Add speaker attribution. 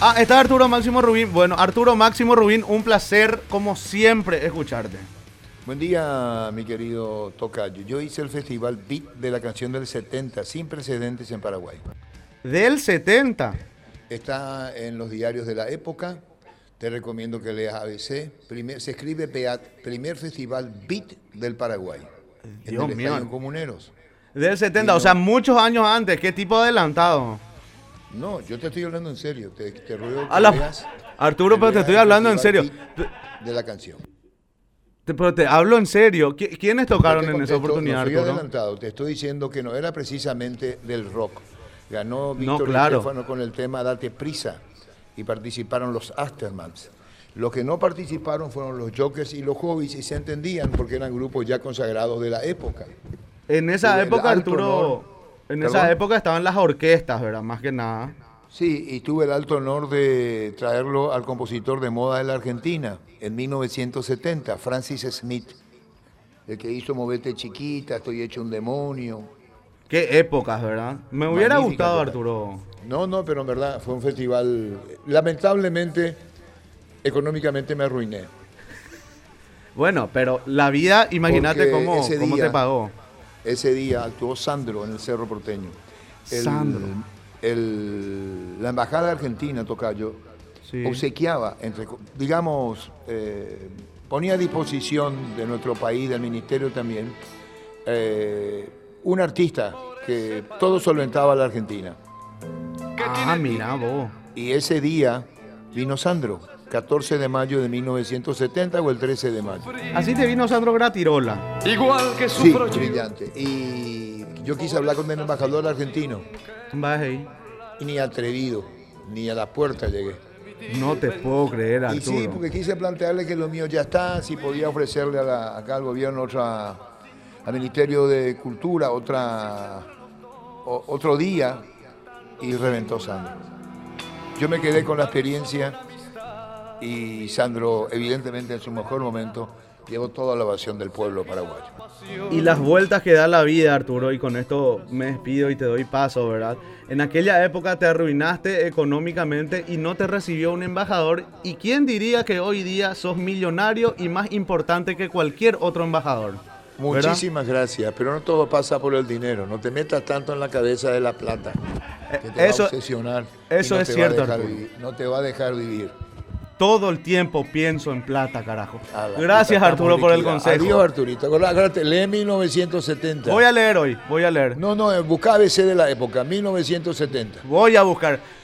Speaker 1: Ah, está Arturo Máximo Rubín. Bueno, Arturo Máximo Rubín, un placer, como siempre, escucharte.
Speaker 2: Buen día, mi querido Tocayo. Yo hice el festival Beat de la canción del 70, sin precedentes en Paraguay.
Speaker 1: Del 70.
Speaker 2: Está en los diarios de la época. Te recomiendo que leas ABC. Primer- se escribe PEAT, primer festival Beat del Paraguay. en
Speaker 1: Dios
Speaker 2: el
Speaker 1: mío.
Speaker 2: Estadio Comuneros.
Speaker 1: Del 70, o sea, muchos años antes. Qué tipo adelantado.
Speaker 2: No, yo te estoy hablando en serio. Te, te ruego que
Speaker 1: A la-
Speaker 2: leas-
Speaker 1: Arturo,
Speaker 2: que
Speaker 1: pero te
Speaker 2: leas
Speaker 1: estoy
Speaker 2: el
Speaker 1: hablando en
Speaker 2: festival
Speaker 1: serio.
Speaker 2: Beat De la canción.
Speaker 1: Te- pero te hablo en serio. ¿Qui- ¿Quiénes tocaron
Speaker 2: Yo te
Speaker 1: en esa
Speaker 2: contesto,
Speaker 1: oportunidad,
Speaker 2: no soy
Speaker 1: Arturo?
Speaker 2: adelantado, te estoy diciendo que no era precisamente del rock. Ganó Víctor
Speaker 1: claro.
Speaker 2: Estefano con el tema Date Prisa y participaron los Aftermans. Los que no participaron fueron los Jokers y los Hobbies y se entendían porque eran grupos ya consagrados de la época.
Speaker 1: En esa
Speaker 2: Tuve el
Speaker 1: época,
Speaker 2: alto
Speaker 1: Arturo.
Speaker 2: honor.
Speaker 1: En
Speaker 2: Perdón.
Speaker 1: esa época estaban las orquestas, ¿verdad? Más que nada.
Speaker 2: Sí, y tuve el alto honor de traerlo al compositor de moda de la Argentina en 1970, Francis Smith, el que hizo Movete Chiquita, Estoy Hecho un Demonio,
Speaker 1: Qué épocas, ¿verdad? Me hubiera
Speaker 2: Magnífica
Speaker 1: gustado,
Speaker 2: época.
Speaker 1: Arturo.
Speaker 2: No, no, pero en verdad fue un festival. Lamentablemente, económicamente me arruiné.
Speaker 1: Bueno, pero la vida, imagínate
Speaker 2: Porque
Speaker 1: cómo,
Speaker 2: ese
Speaker 1: cómo te
Speaker 2: día-
Speaker 1: pagó.
Speaker 2: Ese día actuó Sandro en el Cerro Porteño.
Speaker 1: Sandro.
Speaker 2: el- la embajada argentina, Tocayo,
Speaker 1: Sí.
Speaker 2: obsequiaba, entre, co- digamos, eh, ponía a disposición de nuestro país, del ministerio también, eh, un artista que todo solventaba la Argentina.
Speaker 1: Ah, mira vos.
Speaker 2: Y ese día vino Sandro, 14 de mayo de 1970 o el 13 de mayo.
Speaker 1: Así te vino Sandro Gratirola.
Speaker 3: Igual que
Speaker 2: Sí,
Speaker 3: sufro yo.
Speaker 2: brillante. Y yo quise hablar con el embajador argentino
Speaker 1: Vas ahí.
Speaker 2: y ni atrevido, ni a la puerta llegué.
Speaker 1: No te puedo creer,
Speaker 2: Y sí,
Speaker 1: Arturo.
Speaker 2: porque quise plantearle que lo mío ya está, si podía ofrecerle a la- acá al gobierno otra, al Ministerio de Cultura, otra, o- otro día, y reventó Sandro. Yo me quedé con la experiencia y Sandro, evidentemente en su mejor momento, llevó toda la ovación del pueblo paraguayo.
Speaker 1: Y las vueltas que da la vida, Arturo, y con esto me despido y te doy paso, ¿verdad? En aquella época te arruinaste económicamente y no te recibió un embajador. ¿Y quién diría que hoy día sos millonario y más importante que cualquier otro embajador? ¿Verdad?
Speaker 2: Muchísimas gracias, pero no todo pasa por el dinero. No te metas tanto en la cabeza de la plata. Que te
Speaker 1: eso-
Speaker 2: va a obsesionar. y
Speaker 1: eso
Speaker 2: no
Speaker 1: es
Speaker 2: te va a
Speaker 1: cierto,
Speaker 2: dejar
Speaker 1: Arturo.
Speaker 2: vivir, no te va a dejar vivir.
Speaker 1: Todo el tiempo pienso en plata, carajo.
Speaker 2: A la
Speaker 1: Gracias,
Speaker 2: puta,
Speaker 1: Arturo,
Speaker 2: estamos
Speaker 1: por el
Speaker 2: liquidados.
Speaker 1: consejo.
Speaker 2: Adiós, Arturito. Acordá- Acordate, lee 1970.
Speaker 1: Voy a leer hoy, voy a leer.
Speaker 2: No, no, eh, busca ABC de la época, 1970.
Speaker 1: Voy a buscar.